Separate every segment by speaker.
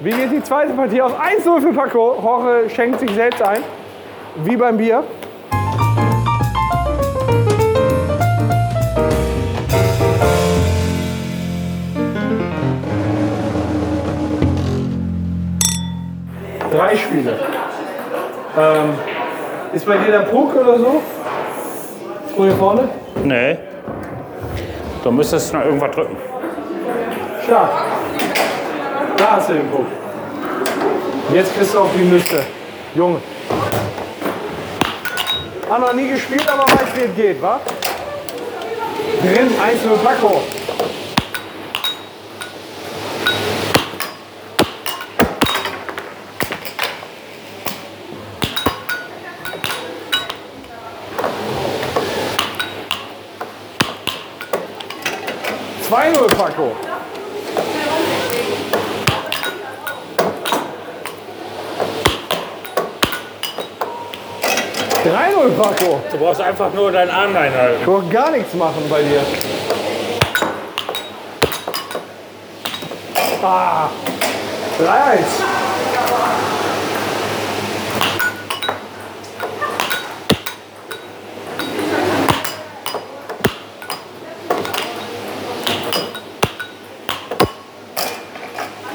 Speaker 1: Wie geht die zweite Partie aus? 1-0 für Paco. Jorge schenkt sich selbst ein. Wie beim Bier. Drei Spiele. Ähm, ist bei dir der Puck oder so? Wo hier vorne?
Speaker 2: Nee. Du müsstest noch irgendwas drücken.
Speaker 1: Stark. Da hast du den Puck. Jetzt kriegst du auf die Nüsse. Junge. Hat noch nie gespielt, aber weiß, wie es geht, wa? Drin, 1-0 Paco. Zwei Null Paco. Drei Null Paco.
Speaker 2: Du brauchst einfach nur deinen Arm reinhalten.
Speaker 1: Ich brauche gar nichts machen bei dir. Ah, 3-1.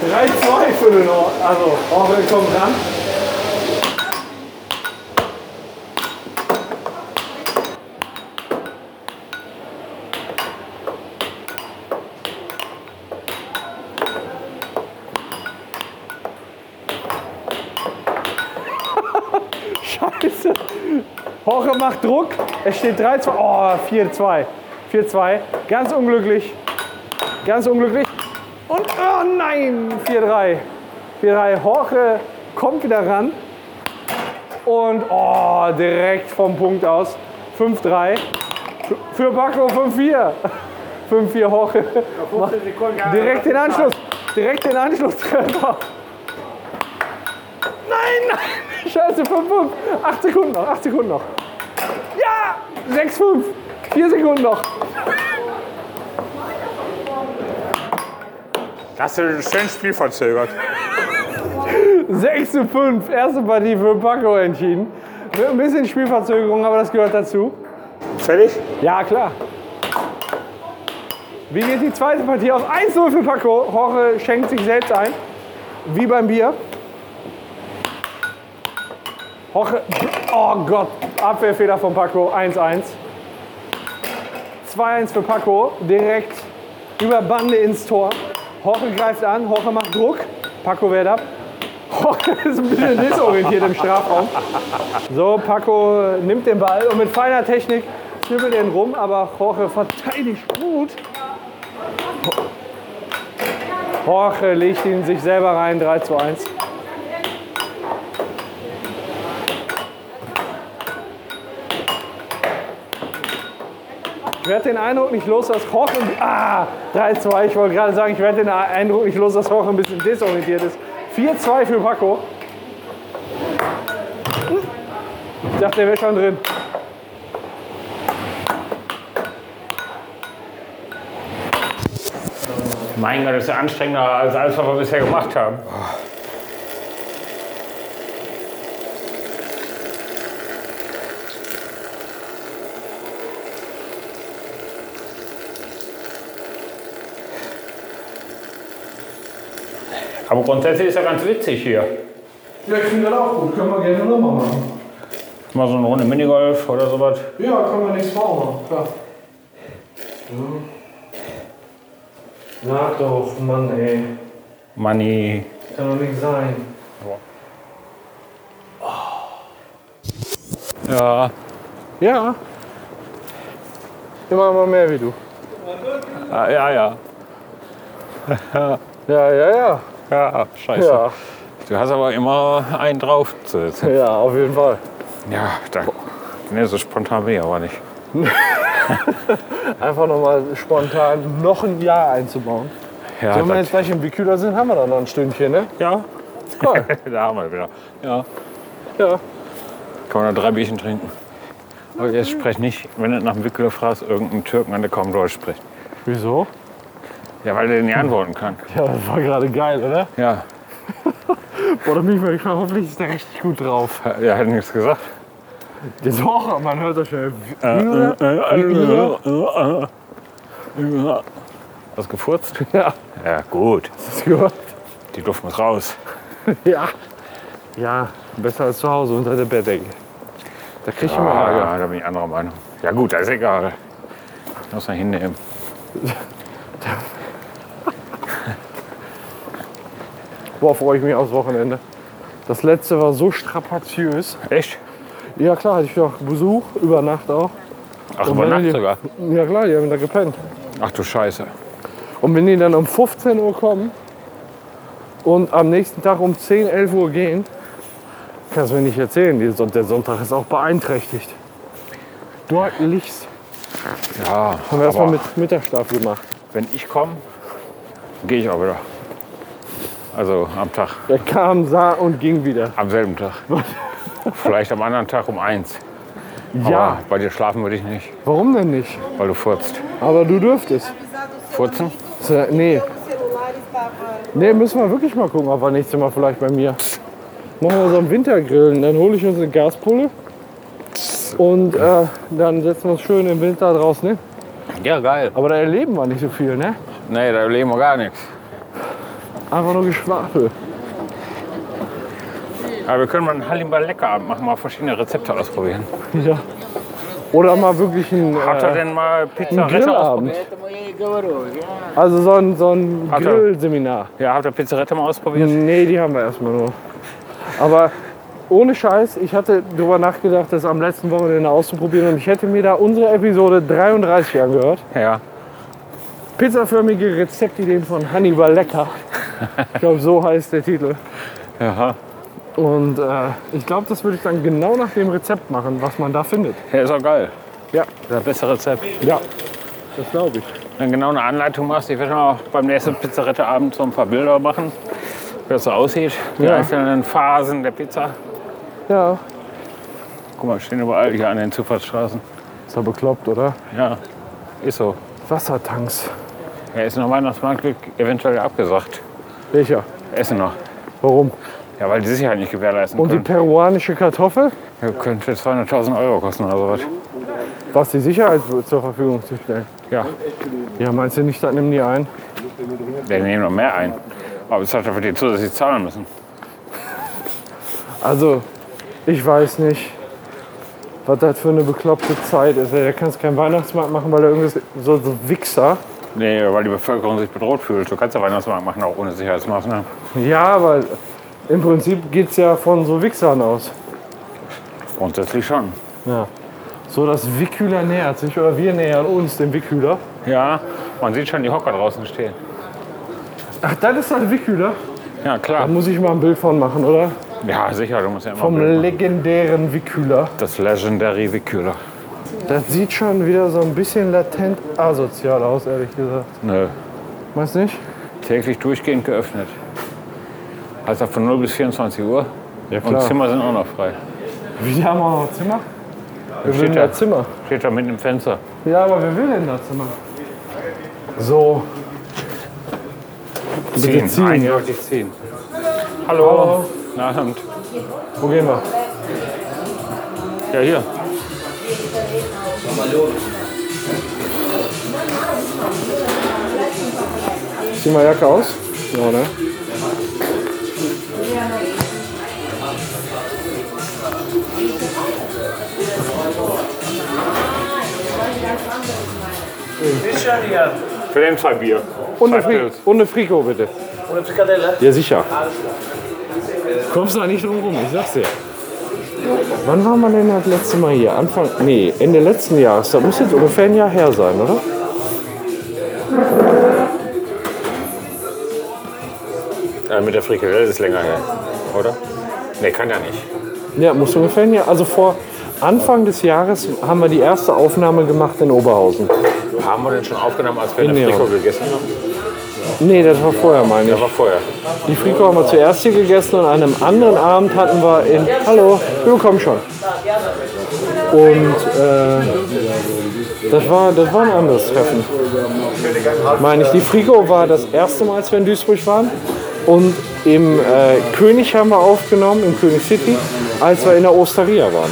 Speaker 1: Drei, zwei für den Or also Orwell kommt ran. Scheiße. Horre macht Druck. Es steht 3-2. Oh, 4-2. 4-2. Ganz unglücklich. Ganz unglücklich. Und oh nein, 4-3. 4-3. Horche kommt wieder ran. Und oh, direkt vom Punkt aus. 5-3. Für- Für Paco 5-4. 5-4 Horche. Direkt den Anschluss. Direkt den Genau. Anschlusstreffer. Nein, nein. Scheiße, 5-5. 8 Sekunden noch, 8 Sekunden noch. Ja, 6-5. 4 Sekunden noch.
Speaker 2: Hast du ein schönes Spiel verzögert.
Speaker 1: 6 zu 5, erste Partie für Paco entschieden. Mit ein bisschen Spielverzögerung, aber das gehört dazu.
Speaker 2: Fertig?
Speaker 1: Ja, klar. Wie geht die zweite Partie aus? 1-0 für Paco. Jorge schenkt sich selbst ein. Wie beim Bier. Jorge. Oh Gott. Abwehrfehler von Paco. 1-1. 2-1 für Paco. Direkt über Bande ins Tor. Jorge greift an. Jorge macht Druck. Paco wehrt ab. Jorge ist ein bisschen desorientiert im Strafraum. So, Paco nimmt den Ball und mit feiner Technik zwirbelt ihn rum, aber Jorge verteidigt gut. Jorge legt ihn sich selber rein, 3 zu 1. Ich werde den Eindruck nicht los, dass Jorge... Ah, 3-2. Ich wollte gerade sagen, ich werde den Eindruck nicht los, dass Jorge ein bisschen desorientiert ist. 4-2 für Paco. Ich dachte, der wäre schon drin.
Speaker 2: Mein Gott, das ist ja anstrengender als alles, was wir bisher gemacht haben. Aber grundsätzlich ist ja ganz witzig hier.
Speaker 3: Ja, ich finde das auch gut. Können wir gerne nochmal machen.
Speaker 2: Mal so eine Runde Minigolf oder sowas.
Speaker 3: Ja, können wir nichts machen, klar. Na doch, Mann, ey.
Speaker 2: Money.
Speaker 3: Kann doch nicht sein.
Speaker 2: Ja.
Speaker 1: Ja. Immer mal mehr wie du.
Speaker 2: Ah, Ja, ja.
Speaker 1: Ja, ja, ja.
Speaker 2: Ja, scheiße. Du hast aber immer einen drauf zusätzlich.
Speaker 1: ja, auf jeden Fall.
Speaker 2: Ja, danke. Nee, so spontan bin ich aber nicht.
Speaker 1: Einfach nochmal spontan noch ein Jahr einzubauen.
Speaker 2: Ja,
Speaker 1: Wenn wir
Speaker 2: das,
Speaker 1: jetzt gleich im Biküler sind, haben wir da noch ein Stündchen, ne?
Speaker 2: ja.
Speaker 1: Cool.
Speaker 2: da haben wir wieder. Ja.
Speaker 1: ja.
Speaker 2: Kann man noch drei Bierchen trinken. Aber jetzt sprecht nicht, wenn du nach dem Wickler fragst, irgendeinen Türken an der kaum Deutsch spricht.
Speaker 1: Wieso?
Speaker 2: Ja, weil der nicht antworten kann.
Speaker 1: Ja, das war gerade geil, oder?
Speaker 2: Ja.
Speaker 1: Boah, da bin ich mal gespannt. Hoffentlich ist der richtig gut drauf.
Speaker 2: Er hat nichts gesagt.
Speaker 1: Das auch, man hört das schnell.
Speaker 2: Hast gefurzt?
Speaker 1: Ja,
Speaker 2: Ja, gut.
Speaker 1: hast du gehört?
Speaker 2: Die Luft muss raus.
Speaker 1: Ja. Ja, besser als zu Hause unter der Bettdecke. Da krieg ich immer
Speaker 2: Ah,
Speaker 1: Ärger.
Speaker 2: ja, da bin ich anderer Meinung. Ja gut, das ist egal. Muss man hinnehmen.
Speaker 1: Boah, freue ich mich aufs Wochenende. Das letzte war so strapaziös.
Speaker 2: Echt?
Speaker 1: Ja klar, hatte ich noch Besuch, über Nacht auch.
Speaker 2: Ach, über Nacht
Speaker 1: die,
Speaker 2: sogar.
Speaker 1: Ja klar, die haben da gepennt.
Speaker 2: Ach du Scheiße.
Speaker 1: Und wenn die dann um 15 Uhr kommen und am nächsten Tag um 10, 11 Uhr gehen, kannst du mir nicht erzählen, die Son- der Sonntag ist auch beeinträchtigt. Deutlichst.
Speaker 2: Ja,
Speaker 1: Haben wir erstmal
Speaker 2: aber
Speaker 1: mit Mittagsschlaf gemacht.
Speaker 2: wenn ich komme, gehe ich auch wieder. Also am Tag,
Speaker 1: Der kam, sah und ging wieder.
Speaker 2: am selben Tag. Vielleicht am anderen Tag um eins.
Speaker 1: Ja,
Speaker 2: Aber bei dir schlafen würde ich nicht,
Speaker 1: warum denn nicht?
Speaker 2: weil du furzt.
Speaker 1: Aber du dürftest.
Speaker 2: Furzen?
Speaker 1: So, nee,
Speaker 4: O celular estava
Speaker 1: nee, müssen wir wirklich mal gucken, ob wir nächstes Mal vielleicht bei mir. Machen wir so einen Wintergrillen, dann hole ich uns eine Gaspulle und äh, dann setzen wir uns schön im Winter draußen hin.
Speaker 2: Ja, geil.
Speaker 1: Aber da erleben wir nicht so viel, ne?
Speaker 2: Nee, da erleben wir gar nichts.
Speaker 1: Einfach nur Geschwafel.
Speaker 2: Aber wir können mal einen Hallimbal lecker Abend machen, mal verschiedene Rezepte ausprobieren.
Speaker 1: Ja. Oder mal wirklich ein
Speaker 2: Habt ihr
Speaker 1: äh,
Speaker 2: denn mal Pizza
Speaker 1: einen
Speaker 2: Rette
Speaker 1: Grillabend.
Speaker 2: ausprobiert?
Speaker 1: Also so ein, so ein
Speaker 2: Hat er.
Speaker 1: Grillseminar.
Speaker 2: Ja, habt ihr Pizzarette mal ausprobiert?
Speaker 1: Nee, die haben wir erstmal nur. Aber ohne Scheiß, ich hatte drüber nachgedacht, das am letzten Wochenende auszuprobieren und ich hätte mir da unsere Episode 33 angehört.
Speaker 2: Ja.
Speaker 1: Pizzaförmige Rezeptideen von Hannibal Lecker. Ich glaube, so heißt der Titel.
Speaker 2: Aha.
Speaker 1: Und äh, ich glaube, das würde ich dann genau nach dem Rezept machen, was man da findet.
Speaker 2: Ja, ist auch geil.
Speaker 1: Ja,
Speaker 2: Das beste Rezept.
Speaker 1: ja, das glaube ich.
Speaker 2: Wenn du genau eine Anleitung machst, ich werde mal beim nächsten Pizzarette-Abend so ein paar Bilder machen, wie das so aussieht. Die
Speaker 1: Ja.
Speaker 2: einzelnen Phasen der Pizza.
Speaker 1: Ja,
Speaker 2: Guck mal, stehen überall hier an den Zufahrtsstraßen.
Speaker 1: ist doch bekloppt, oder?
Speaker 2: Ja, ist so.
Speaker 1: Wassertanks.
Speaker 2: Ja, ist noch Weihnachtsmarkt eventuell abgesagt.
Speaker 1: Welcher?
Speaker 2: Essen noch.
Speaker 1: Warum?
Speaker 2: Ja, weil die Sicherheit nicht gewährleisten
Speaker 1: Und die
Speaker 2: können.
Speaker 1: peruanische Kartoffel,
Speaker 2: Ja, könnte 200.000 Euro kosten oder sowas.
Speaker 1: was die Sicherheit zur Verfügung zu stellen.
Speaker 2: Ja,
Speaker 1: Ja, meinst du nicht, das nehmen die ein?
Speaker 2: wir nehmen noch mehr ein. Aber es hat dafür die zusätzlich zahlen müssen.
Speaker 1: Also, ich weiß nicht, was das für eine bekloppte Zeit ist. ey. Da kannst du keinen Weihnachtsmarkt machen, weil da irgendwas so, so Wichser.
Speaker 2: Nee, weil die Bevölkerung sich bedroht fühlt. Du kannst ja Weihnachtsmarkt machen, auch ohne Sicherheitsmaßnahmen.
Speaker 1: Ja, aber im Prinzip geht es ja von so Wichsern aus.
Speaker 2: Grundsätzlich schon.
Speaker 1: Ja. So, das Wickhüler nähert sich, oder wir nähern uns dem Wickhüler.
Speaker 2: Ja, man sieht schon die Hocker draußen stehen.
Speaker 1: Ach, das ist das Wickhüler?
Speaker 2: Ja,
Speaker 1: Da
Speaker 2: klar.
Speaker 1: muss ich mal ein Bild von machen, oder?
Speaker 2: Ja, sicher, du musst ja immer
Speaker 1: Vom
Speaker 2: Bild machen.
Speaker 1: legendären Wickhüler.
Speaker 2: das Legendary Vicula.
Speaker 1: Das sieht schon wieder so ein bisschen latent asozial aus, ehrlich gesagt.
Speaker 2: Nö,
Speaker 1: Meinst du nicht?
Speaker 2: täglich durchgehend geöffnet. Heißt ja von 0 bis 24 Uhr. Ja,
Speaker 1: klar.
Speaker 2: Und Zimmer sind auch noch frei.
Speaker 1: Wir haben auch noch Zimmer. Wir
Speaker 2: Steht
Speaker 1: will
Speaker 2: da,
Speaker 1: da Zimmer.
Speaker 2: steht da mitten im Fenster.
Speaker 1: Ja, aber wer will denn da Zimmer? So. Bitte ziehen.
Speaker 2: Eindeutig ziehen. Hallo.
Speaker 1: Hallo.
Speaker 2: Guten Abend.
Speaker 1: Wo gehen wir?
Speaker 2: Ja, hier.
Speaker 1: Zieh mal Jacke aus. Ja, ne?
Speaker 2: Für den zwei Bier.
Speaker 1: Und eine,
Speaker 2: Zwei
Speaker 1: Fri
Speaker 2: Pilz.
Speaker 1: und eine Frico, bitte.
Speaker 5: Ohne Frikadelle?
Speaker 1: Ja, sicher. Kommst da nicht drum rum, ich sag's dir. Wann war man denn das letzte Mal hier? Anfang, nee, Ende letzten Jahres. Das muss jetzt ungefähr ein Jahr her sein, oder?
Speaker 2: Äh, mit der Frikadelle ist es länger her, oder? Nee, kann ja nicht.
Speaker 1: Ja, muss ungefähr ein Jahr. Also vor Anfang des Jahres haben wir die erste Aufnahme gemacht in Oberhausen.
Speaker 2: Haben wir den schon aufgenommen, als wir eine
Speaker 1: Nee,
Speaker 2: Frikadelle
Speaker 1: aber-
Speaker 2: gegessen haben?
Speaker 1: Nee, das war vorher, meine ich.
Speaker 2: Das war vorher.
Speaker 1: Die Frico haben wir zuerst hier gegessen und an einem anderen Abend hatten wir in. Hallo, wir kommen schon. Und äh, das, war, das war ein anderes Treffen. Meine ich, die Frico war das erste Mal, als wir in Duisburg waren. Und im äh, König haben wir aufgenommen, im König City, als wir in der Osteria waren.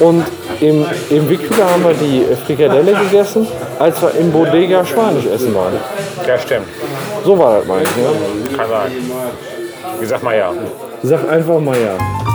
Speaker 1: Und im, im Vicula haben wir die äh, Frikadelle gegessen, als wir im Bodega Spanisch essen waren.
Speaker 2: Ja, stimmt.
Speaker 1: So war das, meine ich. Ne?
Speaker 2: Kann sein. Wie sag mal ja.
Speaker 1: Sag einfach mal ja.